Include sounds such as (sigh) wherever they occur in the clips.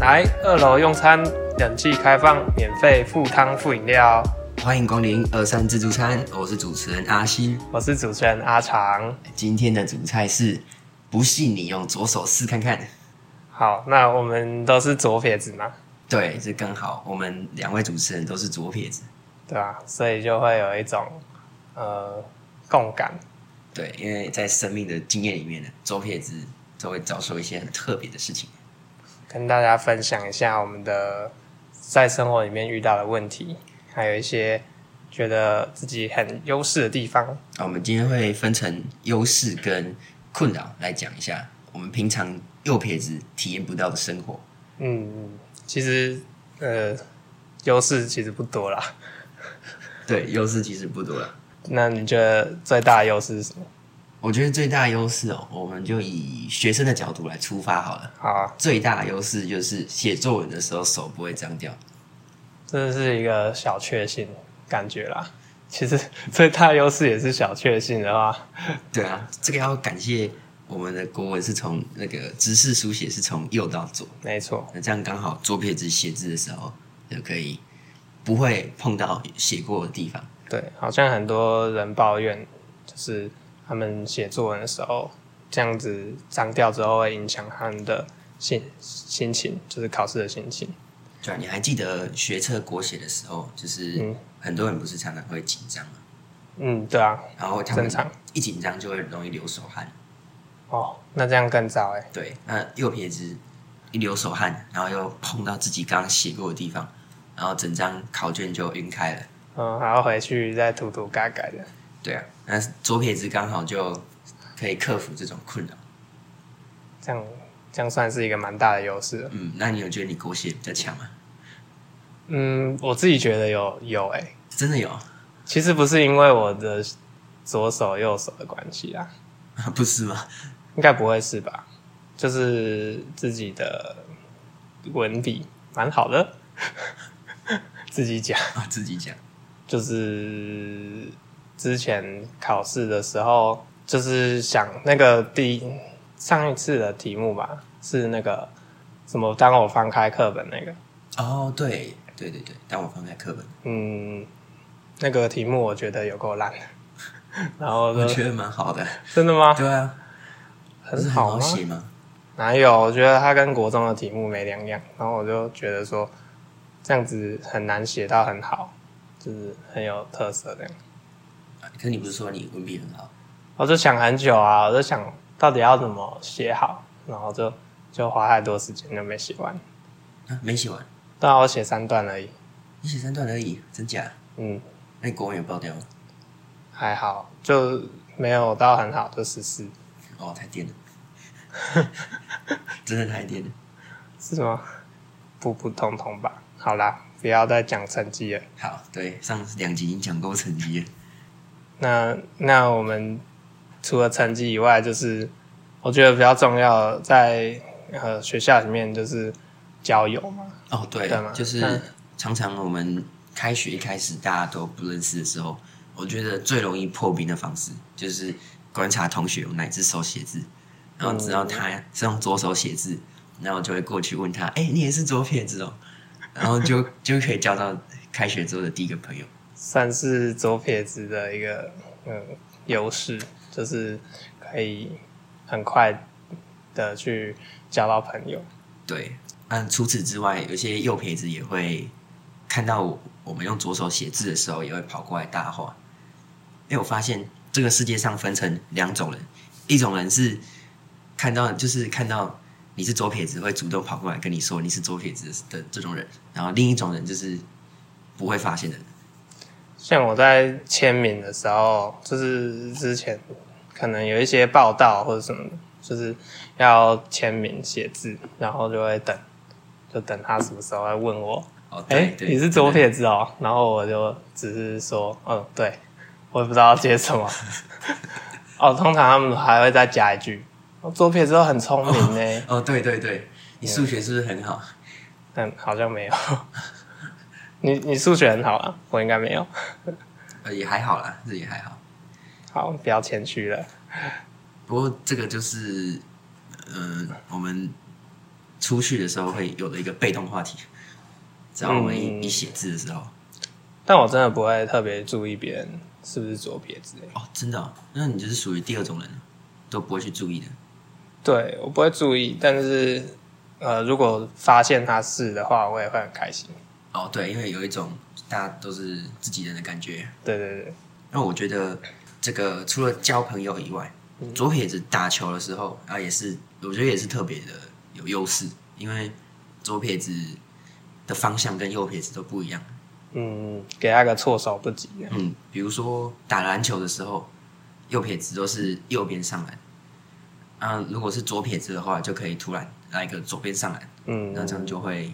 来二楼用餐，冷气开放，免费附汤附饮料。欢迎光临二三自助餐，我是主持人阿星。我是主持人阿长。今天的主菜是，不信你用左手试看看。好，那我们都是左撇子嘛，对，这刚好，我们两位主持人都是左撇子。对吧、所以就会有一种呃共感。对，因为在生命的经验里面呢，左撇子都会遭受一些很特别的事情。跟大家分享一下我们的在生活里面遇到的问题，还有一些觉得自己很优势的地方。那我们今天会分成优势跟困扰来讲一下，我们平常右撇子体验不到的生活。嗯，其实呃优势其实不多啦。对，优势其实不多了。那你觉得最大的优势是什么？我觉得最大的优势哦，我们就以学生的角度来出发好了。好啊，最大的优势就是写作文的时候手不会脏掉。这是一个小确幸感觉啦。其实 (laughs) 最大的优势也是小确幸的话，对啊，这个要感谢我们的国文是从那个直式书写是从右到左，没错，那这样刚好左撇子写字的时候就可以不会碰到写过的地方。对，好像很多人抱怨，就是他们写作文的时候这样子脏掉之后，会影响他们的心心情，就是考试的心情。对啊，你还记得学测国写的时候，就是嗯很多人不是常常会紧张嘛，嗯，对啊，然后他们正常一紧张就会容易流手汗。哦，那这样更糟哎、对，那右撇子一流手汗，然后又碰到自己刚刚写过的地方，然后整张考卷就晕开了。嗯，还要回去再涂涂改改的。对啊，那左撇子刚好就可以克服这种困扰。这样这样算是一个蛮大的优势了。嗯，那你有觉得你狗血比较强吗？嗯，我自己觉得有有哎、真的有， (laughs) 其实不是因为我的左手右手的关系啦，不是吗？ (laughs) 应该不会是吧？就是自己的文笔蛮好的， (laughs) 自己讲。啊，自己讲。就是之前考试的时候，就是想那个第一上一次的题目吧，是那个什么？当我翻开课本那个，哦，对，对对对，当我翻开课本，嗯，那个题目我觉得有够烂的，然后我呢？觉得蛮好的。真的吗？对呃啊，不是很很好好吗？啊写吗？哪有？我觉得它跟国中的题目没两样，然后我就觉得说这样子很难写到很好，就是很有特色这样。啊可你不是说你文笔很好？我就想很久啊，我就想到底要怎么写好，然后就就花太多时间就没写完。啊，没写完，对啊，我写三段而已，你写三段而已，真假？嗯，那你国文有爆掉吗？还好，就没有到很好，就十四，哦，太颠了， (laughs) 真的太颠了。是吗？普普通通吧。好啦，不要再讲成绩了。好，对，上两集已经讲过成绩了。那那我们除了成绩以外，就是我觉得比较重要的在呃学校里面就是交友嘛，哦，对对吗，就是嗯常常我们开学一开始大家都不认识的时候，我觉得最容易破冰的方式就是观察同学用哪只手写字，然后知道他是用左手写字，然后就会过去问他：“哎、你也是左撇子哦？”然后就 (laughs) 就可以交到开学之后的第一个朋友。算是左撇子的一个嗯优势，就是可以很快的去交到朋友。对，嗯，除此之外，有些右撇子也会看到我我们用左手写字的时候，也会跑过来搭话。因为我发现这个世界上分成两种人，一种人是看到就是看到你是左撇子，会主动跑过来跟你说你是左撇子的这种人，然后另一种人就是不会发现的人。像我在签名的时候，就是之前可能有一些报道或者什么的，就是要签名写字，然后就会等，就等他什么时候来问我，哦，对哎、对，你是真的左撇子哦，然后我就只是说，嗯，对，我也不知道要接什 (laughs) 么。哦，通常他们还会再加一句，哦左撇子都很聪明 (laughs) 呢。哦，对对对，你数学是不是很好？嗯，好像没有。你你数学很好啊，我应该没有。呃，也还好啦，这也还好。好，不要谦虚了。不过这个就是，呃，我们出去的时候会有的一个被动话题。只要我们一嗯一写字的时候，但我真的不会特别注意别人是不是左撇子、欸。哦，真的哦、那你就是属于第二种人，都不会去注意的。对我不会注意，但是呃，如果发现他是的话，我也会很开心。哦，对，因为有一种大家都是自己人的感觉。对对对，那我觉得这个除了交朋友以外，左撇子打球的时候啊，也是我觉得也是特别的有优势，因为左撇子的方向跟右撇子都不一样。嗯，给他个措手不及。嗯，比如说打篮球的时候，右撇子都是右边上篮，啊，如果是左撇子的话，就可以突然来一个左边上篮，嗯，那这样就会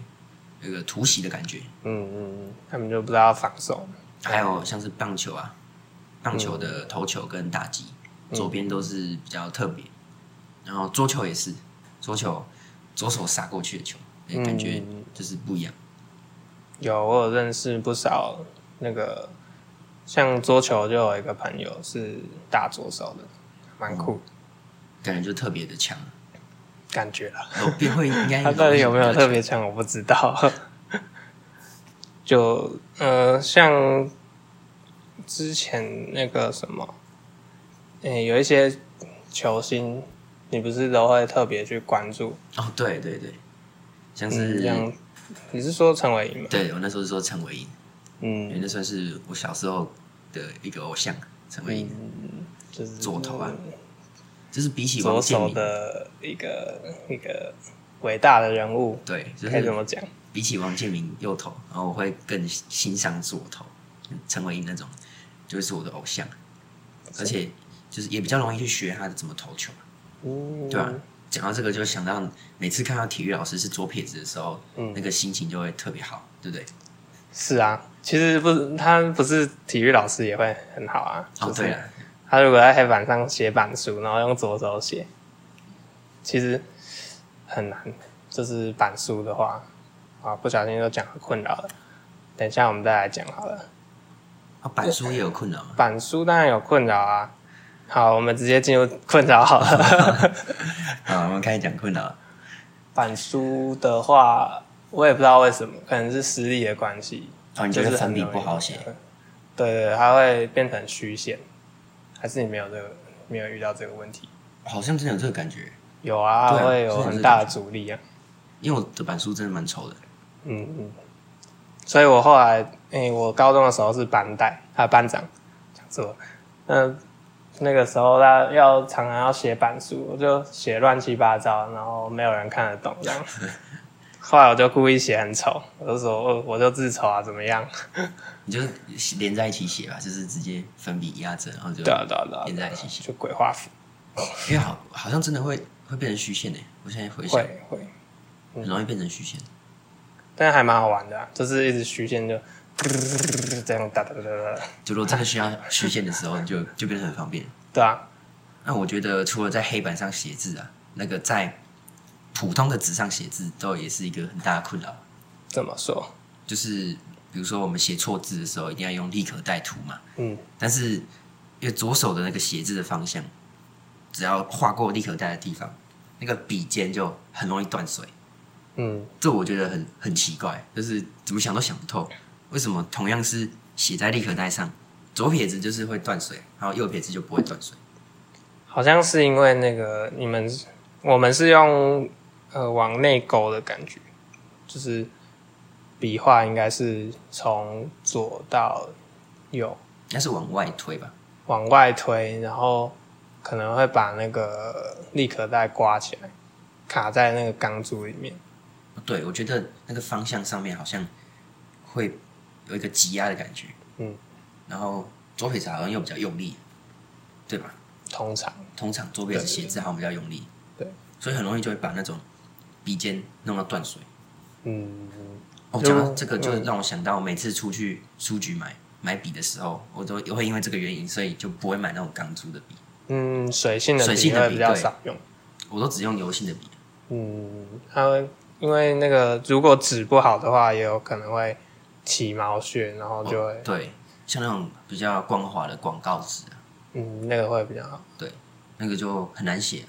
有一个突袭的感觉。嗯嗯，嗯他们就不知道防守。还有像是棒球啊，棒球的投球跟打击，嗯左边都是比较特别。然后桌球也是，桌球左手杀过去的球，哎嗯感觉就是不一样。有，我有认识不少那个，像桌球就有一个朋友是打左手的，蛮酷的、感觉就特别的强，感觉啦。右边会应该 (laughs) 他到底有没有特比别强，我不知道。 (laughs) 就呃，像之前那个什么，嗯、有一些球星，你不是都会特别去关注？较强？哦，对对对，像嗯，是、像你是说陈伟霆吗？对我那时候是说陈伟霆，因为嗯，那算是我小时候的一个偶像，陈伟嗯霆，就是左投啊就是比起王左建手民，的一个一个伟大的人物，对，就该是怎么讲？比起王建民右投，然后我会更欣赏左投，陈伟霆那种就是我的偶像，而且就是也比较容易去学他的怎么投球。嗯，对啊讲到这个，就想到每次看到体育老师是左撇子的时候，嗯那个心情就会特别好，对不对？是啊，其实不是他不是体育老师也会很好啊。哦，就是对了，他如果在黑板上写板书，然后用左手写，其实很难。就是板书的话，啊，不小心就讲很困扰了。等一下我们再来讲好了。啊，板书也有 (laughs) 困扰吗？板书当然有困扰啊。好，我们直接进入困扰好了。啊，我们开始讲困扰了。板书的话，我也不知道为什么，可能是实力的关系，哦，你就觉是得很粉笔容易不好写？。对对，它会变成虚线，还是你没有这个没有遇到这个问题？好像真的有这个感觉，有啊，对啊会有很大的阻力啊。因为我的板书真的蛮丑的。嗯嗯，所以我后来，诶、我高中的时候是班带啊，班长，讲错了。嗯，那个时候他要常常要写板书，我就写乱七八糟，然后没有人看得懂这 (laughs) 样。后来我就故意写很丑，我就说，哦我就自丑啊，怎么样？你就连在一起写吧，就是直接粉笔压着，然后就对啊对啊对啊，连在一起写。就鬼画符，因为好好像真的会会变成虚线诶，我现在回想会，会，很容易变成虚线。但还蛮好玩的、啊，就是一直虚线就这样哒哒哒哒哒，就如果真的需要虚线的时候，就就变得很方便。对啊，那我觉得除了在黑板上写字啊，那个在普通的纸上写字都也是一个很大的困扰。怎么说？就是比如说我们写错字的时候，一定要用立可带图嘛，嗯，但是因为左手的那个写字的方向，只要划过立可带的地方，那个笔尖就很容易断水。嗯，这我觉得很很奇怪，就是怎么想都想不透，为什么同样是写在立可带上，左撇子就是会断水，然后右撇子就不会断水？好像是因为那个你们我们是用呃往内勾的感觉，就是笔画应该是从左到右应该是往外推吧？往外推，然后可能会把那个立可带刮起来，卡在那个钢珠里面。对，我觉得那个方向上面好像会有一个挤压的感觉，嗯，然后左撇子好像又比较用力，对吧？通常通常左撇子写字好像比较用力，对，所以很容易就会把那种笔尖弄到断水。嗯，哦，就嗯讲到这个，就让我想到每次出去书局买买笔的时候，我都也会因为这个原因，所以就不会买那种钢珠的笔，嗯，水性的水笔性的会笔比较对少用。我都只用油性的笔。嗯，它会因为那个如果纸不好的话，也有可能会起毛屑，然后哦就会、对，像那种比较光滑的广告纸啊，嗯那个会比较好那个就很难写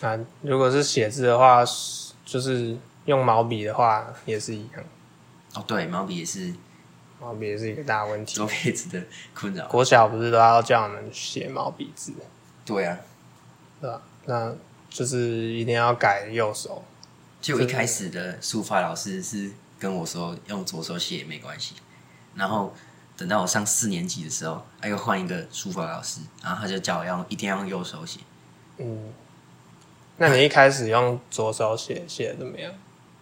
啊、啊。如果是写字的话，就是用毛笔的话也是一样，哦，对，毛笔也是毛笔也是一个大 (laughs) 问题左。撇子的困扰。国小不是都要叫我们写毛笔字，对啊，对吧？那就是一定要改右手，就我一开始的书法老师是跟我说用左手写也没关系，然后等到我上四年级的时候，哎，又换一个书法老师，然后他就叫我要一定要用右手写。嗯。那你一开始用左手写写得怎么样？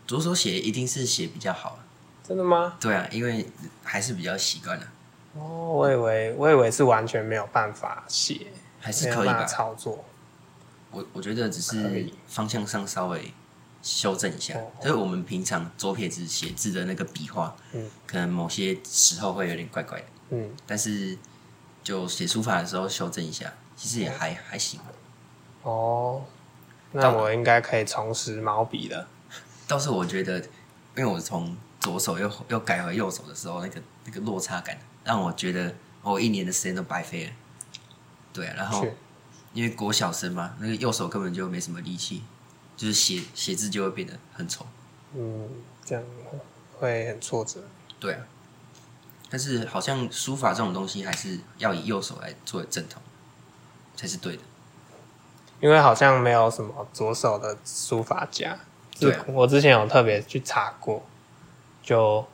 左手写一定是写比较好，啊真的吗？对啊，因为还是比较习惯啊了，哦，我以为我以为是完全没有办法写，还没是有可以办法吧。操作。我我觉得只可是以方向上稍微修正一下哦，就是我们平常左撇子写字的那个笔画，嗯可能某些时候会有点怪怪的，嗯，但是就写书法的时候修正一下，其实也还还行。哦，那到我应该可以重拾毛笔了。倒是我觉得，因为我从左手又又改回右手的时候，那个那个落差感，啊让我觉得我一年的时间都白费了。对啊、然后是因为国小生嘛，那个右手根本就没什么力气，就是写写字就会变得很丑。嗯，这样会很挫折。对啊，但是好像书法这种东西还是要以右手来作为正统，才是对的。因为好像没有什么左手的书法家。对啊就我之前有特别去查过，就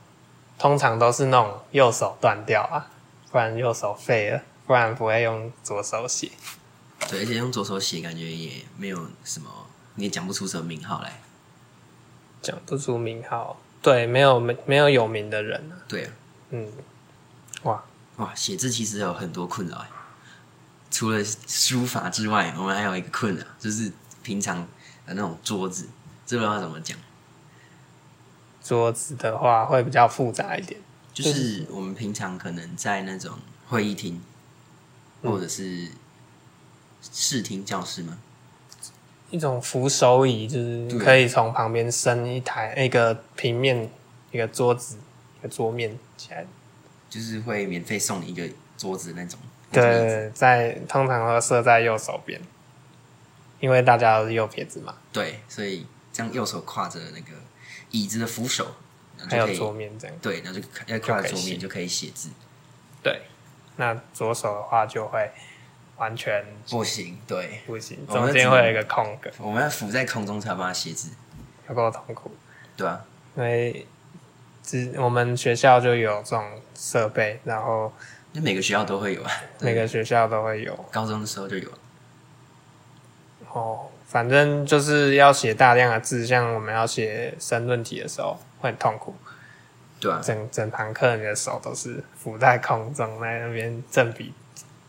通常都是那种右手断掉啊，不然右手废了，不然不会用左手写。对，而且用左手写，感觉也没有什么，你也讲不出什么名号来。讲不出名号，对，没有没没有有名的人啊。对啊，嗯，哇，哇，写字其实有很多困扰欸，除了书法之外，我们还有一个困扰，就是平常的那种桌子，这不知道怎么讲，桌子的话会比较复杂一点。就是我们平常可能在那种会议厅，嗯或者是视听教室嘛，一种扶手椅，就是对可以从旁边伸一台一个平面一个桌子一个桌面起来。就是会免费送你一个桌子那种。那种椅子对，在通常都设在右手边，因为大家都是右撇子嘛，对，所以这样右手挎着那个椅子的扶手，然还有后就可以桌面这样。对，然后就就可要以挎着桌写面就可以写字。对，那左手的话就会完全不行，对，不行，我们中只间会有一个空格，我们要浮在空中才有办法写字，有够痛苦。对啊，因为只我们学校就有这种设备，然后就每个学校都会有啊，对每个学校都会有。高中的时候就有啊，哦，反正就是要写大量的字，像我们要写申论题的时候会很痛苦，对啊，整整堂课你的手都是浮在空中，在那边正比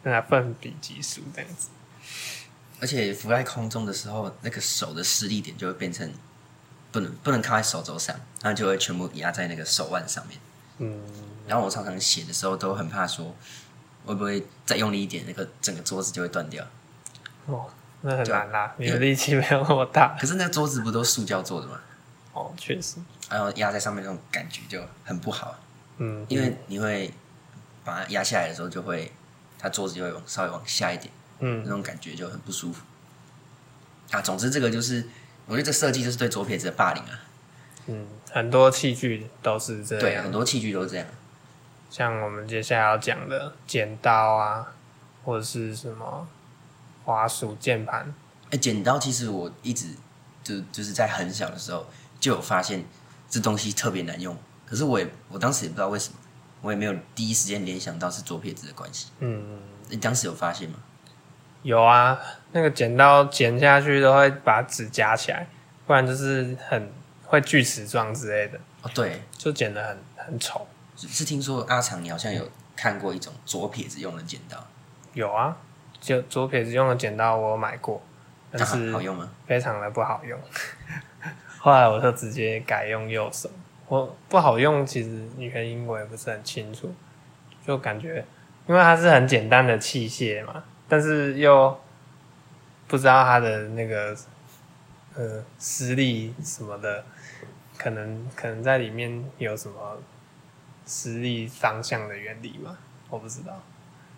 那奋笔疾书这样子。而且浮在空中的时候，那个手的施力点就会变成不能不能靠在手肘上，然后就会全部压在那个手腕上面。嗯，然后我常常写的时候都很怕说，会不会再用力一点，那个整个桌子就会断掉。哦，那很难啦，你的力气没有那么大。 (laughs) 可是那个桌子不都塑胶做的吗？哦，确实，然后压在上面那种感觉就很不好，嗯，因为你会把它压下来的时候，就会它桌子就会往稍微往下一点。那嗯，种感觉就很不舒服。啊，总之这个就是，我觉得这设计就是对左撇子的霸凌啊。嗯，很多器具都是这对，啊样很，多器具都是这样。像我们接下来要讲的剪刀啊，或者是什么滑鼠键盘，哎、剪刀其实我一直就就是在很小的时候就有发现这东西特别难用，可是我也我当时也不知道为什么，我也没有第一时间联想到是左撇子的关系。嗯，你当时有发现吗？有啊，那个剪刀剪下去都会把指夹起来，不然就是很会锯齿状之类的，哦，对，就剪得很很丑。是是听说阿长你好像有看过一种左撇子用的剪刀，有啊，就左撇子用的剪刀我有买过，但啊、是好用吗？非常的不好用。 (laughs) 后来我就直接改用右手。我不好用，其实原因我也不是很清楚，就感觉因为它是很简单的器械嘛，但是又不知道它的那个呃施力什么的，可能可能在里面有什么施力方向的原理嘛，我不知道。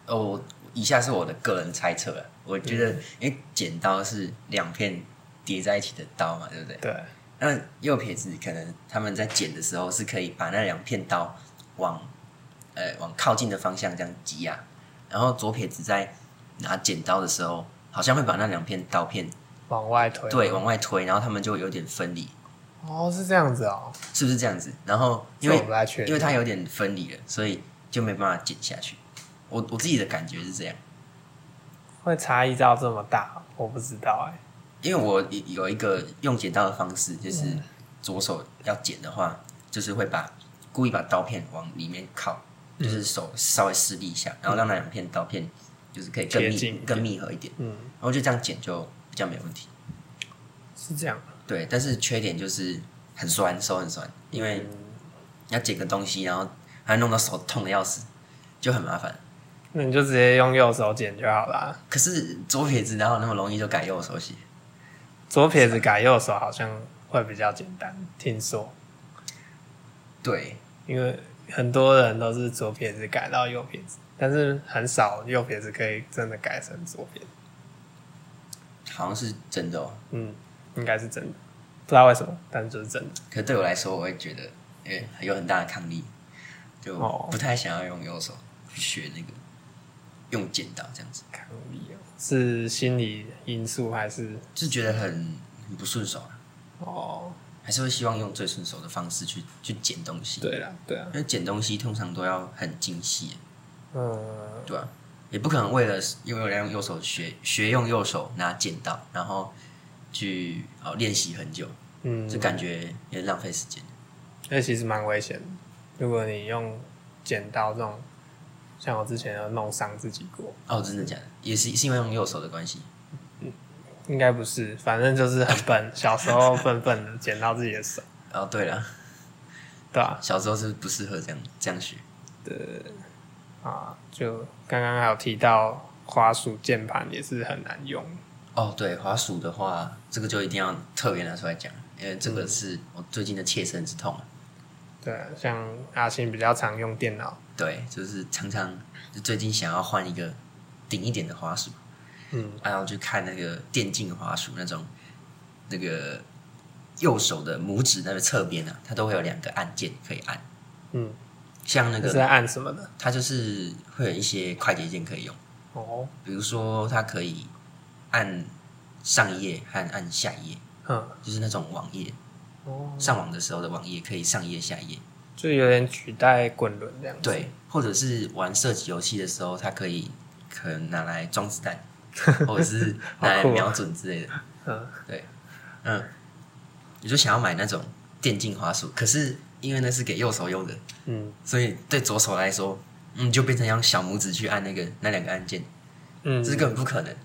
哦，我以下是我的个人猜测啊，我觉得因为剪刀是两片叠在一起的刀嘛，对不对？对，那右撇子可能他们在剪的时候是可以把那两片刀往呃往靠近的方向这样挤压，然后左撇子在拿剪刀的时候，好像会把那两片刀片往外推。对往外推，然后他们就有点分离，哦，是这样子哦，是不是这样子？然后因这我为不太确定，因为它有点分离了，所以就没办法剪下去。我我自己的感觉是这样，会差异到这么大，我不知道哎、因为我有一个用剪刀的方式，就是嗯左手要剪的话，就是会把故意把刀片往里面靠，嗯就是手稍微施力一下，然后让那两片刀片就是可以更贴近一密点更密合一点，嗯，然后就这样剪就比较没问题。是这样，对，但是缺点就是很酸，手很酸，因为要剪个东西，然后还弄到手痛的要死，就很麻烦。那你就直接用右手剪就好啦。可是左撇子哪有那么容易就改右手写？左撇子改右手好像会比较简单，听说，对，因为很多人都是左撇子改到右撇子，但是很少右撇子可以真的改成左撇子，好像是真的哦。嗯，应该是真的，不知道为什么，但是就是真的。可对我来说，我会觉得，因为有很大的抗力，就哦不太想要用右手去学那个用剪刀这样子，抗力哦，是心理因素还是就觉得很很不顺手啊，哦？还是会希望用最顺手的方式去去剪东西。，对啦，对啊因，为剪东西通常都要很精细，嗯，对吧、也不可能为了因为用右手学学用右手拿剪刀，然后去哦练习很久，嗯就感觉也浪费时间。那其实蛮危险的。如果你用剪刀这种，像我之前有弄伤自己过，哦，真的假的？也是是因为用右手的关系。应该不是，反正就是很笨，小时候笨笨的剪到自己的手，哦，对了，对吧、小时候是不适合这样这样学。啊？就刚刚还有提到滑鼠键盘也是很难用，哦，对，滑鼠的话，这个就一定要特别拿出来讲，因为这个嗯是我最近的切身之痛啊。对啊，像阿星比较常用电脑，对，就是常常就最近想要换一个顶一点的滑鼠，啊嗯，然后去看那个电竞滑鼠那种，那个右手的拇指那个侧边啊，它都会有两个按键可以按。嗯，像那这是啊个在按什么的？它就是会有一些快捷键可以用。哦，比如说它可以按上一页和按下一页，嗯，就是那种网页哦，上网的时候的网页可以上一页下一页，就有点取代滚轮这样子。，对，或者是玩射击游戏的时候，它可以可能拿来装子 (laughs) 弹，或者是拿来好酷哦瞄准之类的，嗯，嗯，你就想要买那种电竞滑鼠，可是因为那是给右手用的，嗯所以对左手来说，嗯，就变成用小拇指去按那个那两个按键，嗯，这是根本不可能。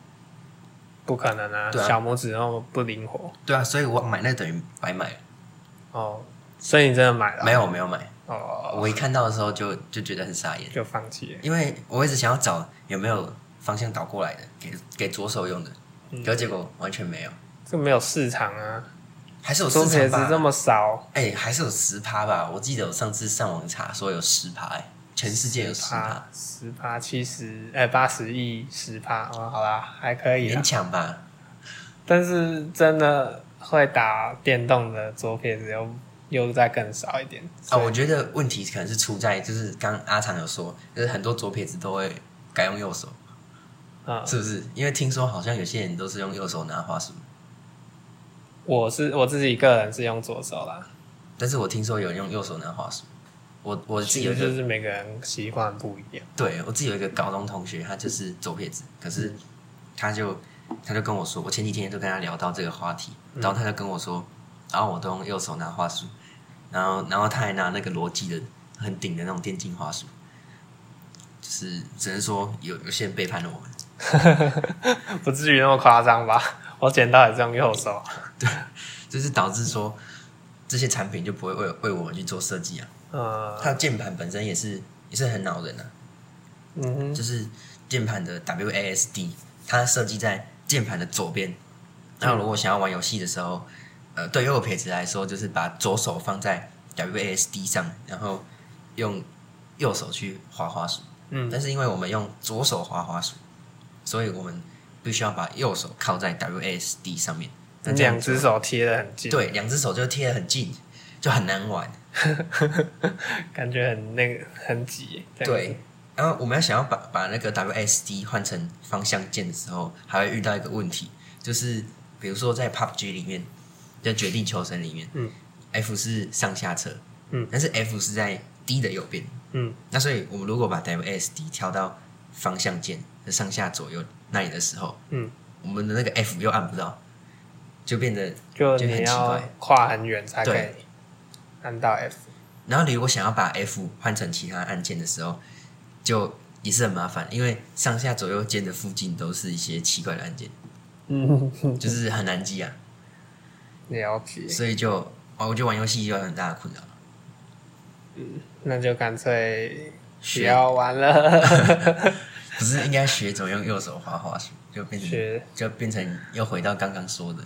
不可能啊，对啊小拇指那么不灵活。对啊，所以我买那等于白买了，哦，所以你真的买了？没有没有买，哦，我一看到的时候就就觉得很傻眼，就放弃了。因为我一直想要找有没有方向倒过来的，给给左手用的，嗯可是结果完全没有，这没有市场啊，还是有中十撇子这趴，么少，哎、还是有十趴吧？我记得我上次上网查说有十趴、哎，全世界有十趴，趴啊十趴七十，哎，八十亿十趴，哦，好啦，还可以勉啦。强吧。但是真的会打电动的左撇子又又再更少一点。啊，所以我觉得问题可能是出在就是刚刚阿长有说，就是很多左撇子都会改用右手，嗯，是不是？因为听说好像有些人都是用右手拿花束，我是我自己个人是用左手啦，但是我听说有人用右手拿花束，我我自其己有实一个就是每个人习惯不一样。 (laughs) 对我自己有一个高中同学，他就是左撇子，可是他就他就跟我说，我前几天就跟他聊到这个话题，然后他就跟我说，然后我都用右手拿话术，然后然后他还拿那个逻辑的很顶的那种电竞话术，就是只能说有有些人背叛了我们，不至于那么夸张吧？我剪刀也是用右手，就是导致说这些产品就不会为为我们去做设计啊，嗯它的键盘本身也是也是很恼人啊，嗯哼，就是键盘的 WASD，它设计在键盘的左边。那如果想要玩游戏的时候，呃，对右撇子来说，就是把左手放在 WASD 上，然后用右手去滑滑鼠。嗯但是因为我们用左手滑滑鼠，所以我们必须要把右手靠在 WASD 上面，那你这样两只手贴得很近，，对，两只手就贴得很近，就很难玩。 (laughs) 感觉很那个很挤。这样子对，，然后我们要想要把把那个 WSD 换成方向键的时候，还会遇到一个问题，就是比如说在 PUBG 里面，在《绝地求生》里面，嗯，F 是上下车，嗯但是 F 是在 D 的右边，嗯那所以我们如果把 WSD 调到方向键的上下左右那里的时候，嗯，我们的那个 F 又按不到，就变得就就很你奇要怪跨很远才可以对按到 F。然后你如果想要把 F 换成其他按键的时候，就也是很麻烦，因为上下左右键的附近都是一些奇怪的按键， (laughs) 嗯，就是很难记啊，了解。所以就哦，我就玩游戏就有很大的困扰。那就干脆不学要玩了， (laughs) 不是应该学怎么用右手画画，就变成学就变成又回到刚刚说的，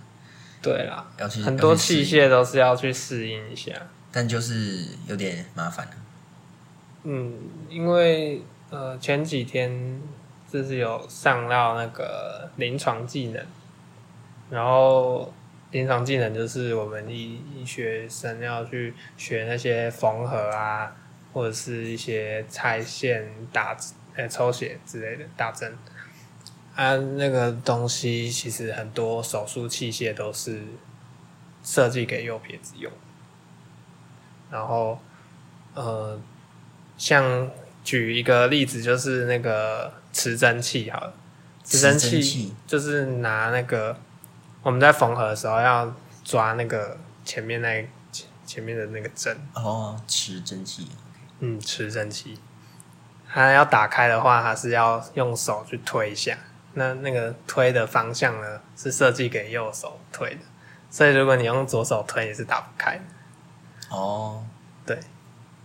对啦，要去很多要去适器应械都是要去适应一下。但就是有点麻烦啊了。嗯，因为呃前几天就是有上到那个临床技能，然后临床技能就是我们医医学生要去学那些缝合啊，或者是一些拆线、打呃抽血之类的打针。啊，那个东西其实很多手术器械都是设计给右撇子用，然后呃像举一个例子，就是那个持针器好了，持针持针器器就是拿那个我们在缝合的时候要抓那个前面那一前前面的那个针，哦，持蒸汽，嗯，持针器，它要打开的话，它是要用手去推一下。那那个推的方向呢，是设计给右手推的，所以如果你用左手推，也是打不开的。哦，对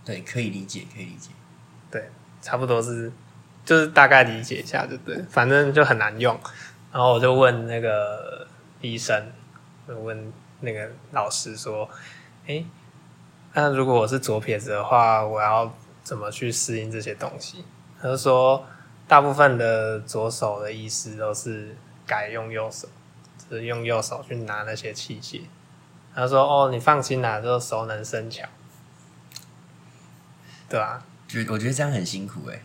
对，可以理解，可以理解。对，差不多是，就是大概理解一下就对，反正就很难用。然后我就问那个医生，我问那个老师说：“诶，那如果我是左撇子的话，我要怎么去适应这些东西？”他就说，大部分的左手的医师都是改用右手，就是用右手去拿那些器械。他说：“哦，你放心啦、就熟能生巧，对啊吧、觉我觉得这样很辛苦哎、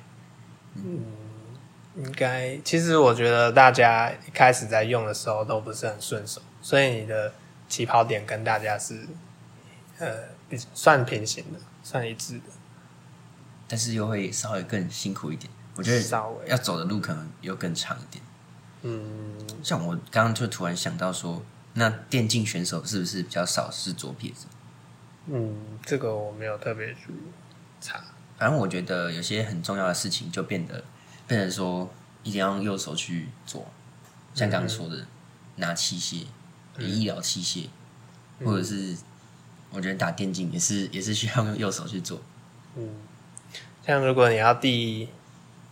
应该，其实我觉得大家一开始在用的时候都不是很顺手，所以你的起跑点跟大家是，呃，比算平行的，算一致的，但是又会稍微更辛苦一点。我觉得稍微，要走的路可能又更长一点。嗯，像我刚刚就突然想到说，那电竞选手是不是比较少是左撇子？嗯，这个我没有特别去查，反正我觉得有些很重要的事情就变得变成说一定要用右手去做，像刚刚说嗯的、拿器械、医疗器械，嗯或者是我觉得打电竞也是也是需要用右手去做。嗯像如果你要递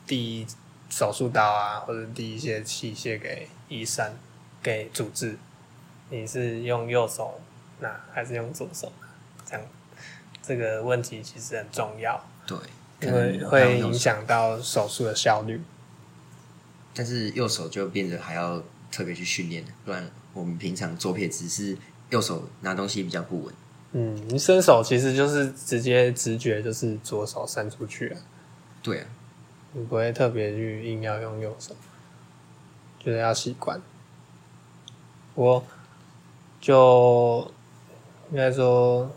递手术刀啊，或者递一些器械给医生、给主治，你是用右手拿还是用左手拿？这样这个问题其实很重要，对，可因能为要会用影手，响到手术的效率。但是右手就变得还要特别去训练，不然我们平常左撇子是右手拿东西比较不稳。嗯，你伸手其实就是直接直觉就是左手伸出去啊，对啊，你不会特别去硬要用右手，就是要习惯。我就应该说，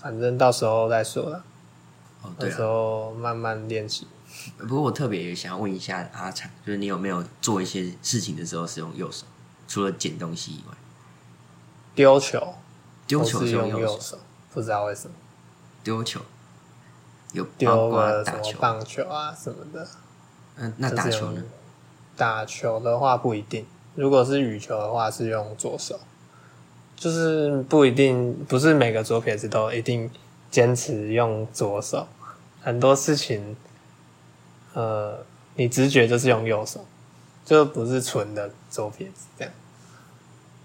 反正到时候再说了，哦到对时啊。候慢慢练习。不过我特别想要问一下阿长，就是你有没有做一些事情的时候是用右手，除了捡东西以外？丢球，丢球我是是用用右右手，手，不知道为什么丢球有包丢括了什打么球。棒球啊什么的。嗯，那就打是球用呢？打球的话不一定，如果是羽球的话是用左手，就是不一定，不是每个左撇子都一定坚持用左手，很多事情，呃，你直觉就是用右手，就不是纯的左撇子这样，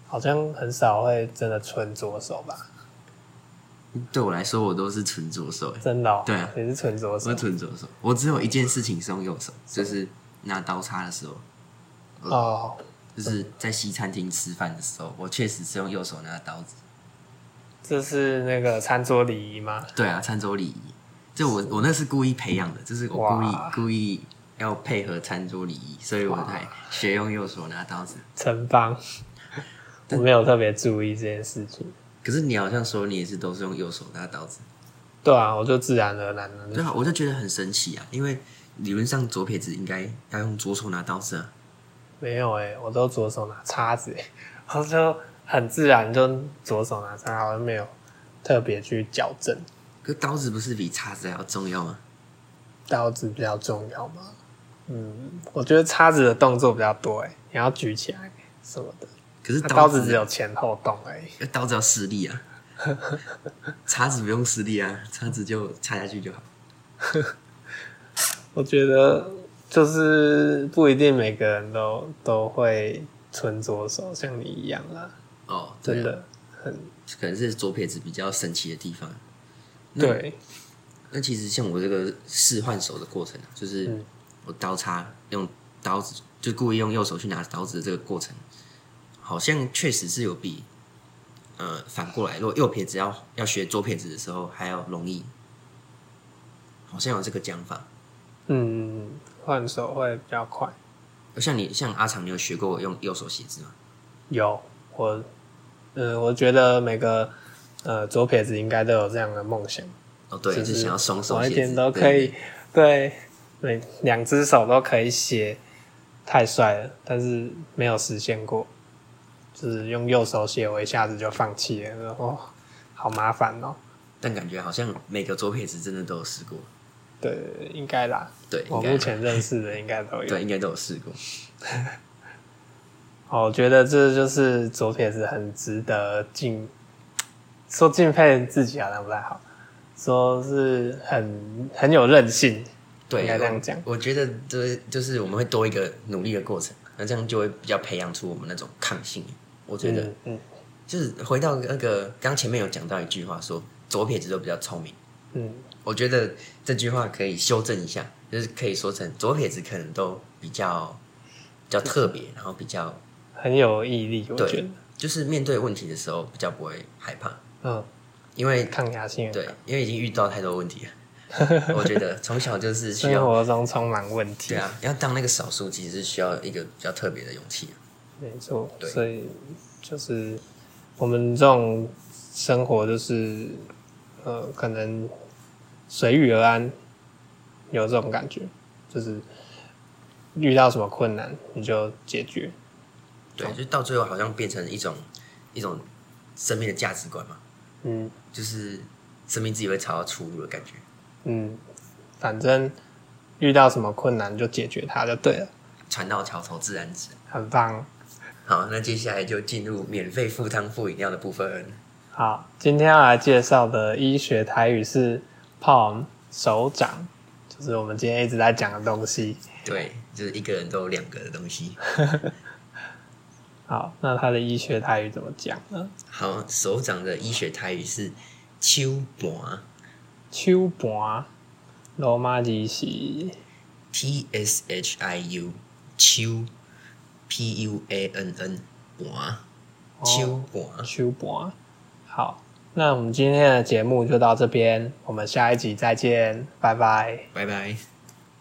好像很少会真的纯左手吧？对我来说，我都是纯左手，欸真的、哦？对啊也是纯左手我是纯左手。我只有一件事情是用右手，就是拿刀叉的时候，哦，就就是在西餐厅吃饭的时候，我确实是用右手拿刀子。这是那个餐桌礼仪吗？对啊，餐桌礼仪，就我我那是故意培养的，就是我故意哇故意要配合餐桌礼仪，所以我才学用右手拿刀子。城 (laughs) 邦，我没有特别注意这件事情。可是你好像说你也是都是用右手拿刀子，对啊，我就自然而然的对啊，我就觉得很神奇啊，因为理论上左撇子应该要用左手拿刀子啊，没有哎、我都左手拿叉子、欸， (laughs) 然后就很自然就左手拿叉，好像没有特别去矫正。可刀子不是比叉子还要重要吗？刀子比较重要吗？嗯，我觉得叉子的动作比较多哎、你要举起来什么的，可是它刀子子只有前后动而已。刀子要施力 (laughs) 啊，叉子不用施力啊，叉子就插下去就好。我觉得就是不一定每个人都都会纯左手，像你一样啦，哦，对真啊，的很可能是左撇子比较神奇的地方。那对，那其实像我这个试换手的过程啊，就是嗯我刀叉用刀子，就故意用右手去拿刀子的这个过程，好像确实是有比呃反过来，如果右撇子要要学左撇子的时候还要容易，好像有这个讲法。嗯，换手会比较快。像你像阿长，你有学过用右手写字吗？有我，嗯，我觉得每个呃左撇子应该都有这样的梦想，哦，对，就是是想要双手某写一字，天都对可以，对，每两只手都可以写，太帅了，但是没有实现过，就是用右手写，我一下子就放弃了，然后好麻烦哦。但感觉好像每个左撇子真的都有试过，对，应该啦，对，我应目该前认识的应该都有。对应该都有试过。哦，我觉得这就是左撇子很值得敬，说敬佩自己好像不太好，说是很很有韧性，对，应该这样我讲我觉得这就是我们会多一个努力的过程，那这样就会比较培养出我们那种抗性。我觉得、嗯嗯就是回到那个刚前面有讲到一句话说，左撇子都比较聪明。嗯，我觉得这句话可以修正一下，就是可以说成左撇子可能都比较比较特别，然后比较很有毅力，我觉得对，，就是面对问题的时候比较不会害怕，嗯，因为抗压性很对高，，因为已经遇到太多问题了。我觉得从小就是需 (laughs) 生要活中充满问题，对啊，要当那个少数，其实是需要一个比较特别的勇气啊、没错，对所以就是我们这种生活就是呃，可能随遇而安，有这种感觉，就是遇到什么困难你就解决，对，就到最后好像变成一种一种生命的价值观嘛，嗯就是生命自己会找到出路的感觉。嗯，反正遇到什么困难就解决它就对了，船到桥头自然直。很棒。好，那接下来就进入免费附汤附饮料的部分。好，今天要来介绍的医学台语是 palm 手掌，就是我们今天一直在讲的东西。对，就是一个人都有两个的东西。好，那它的医学台语怎么讲呢？好，手掌的医学台语是秋盘手盘，罗马字是 （T S H I U），秋 （P U A N N） 盘，秋盘。手哦盘。好，那我们今天的节目就到这边，我们下一集再见，拜拜。拜拜。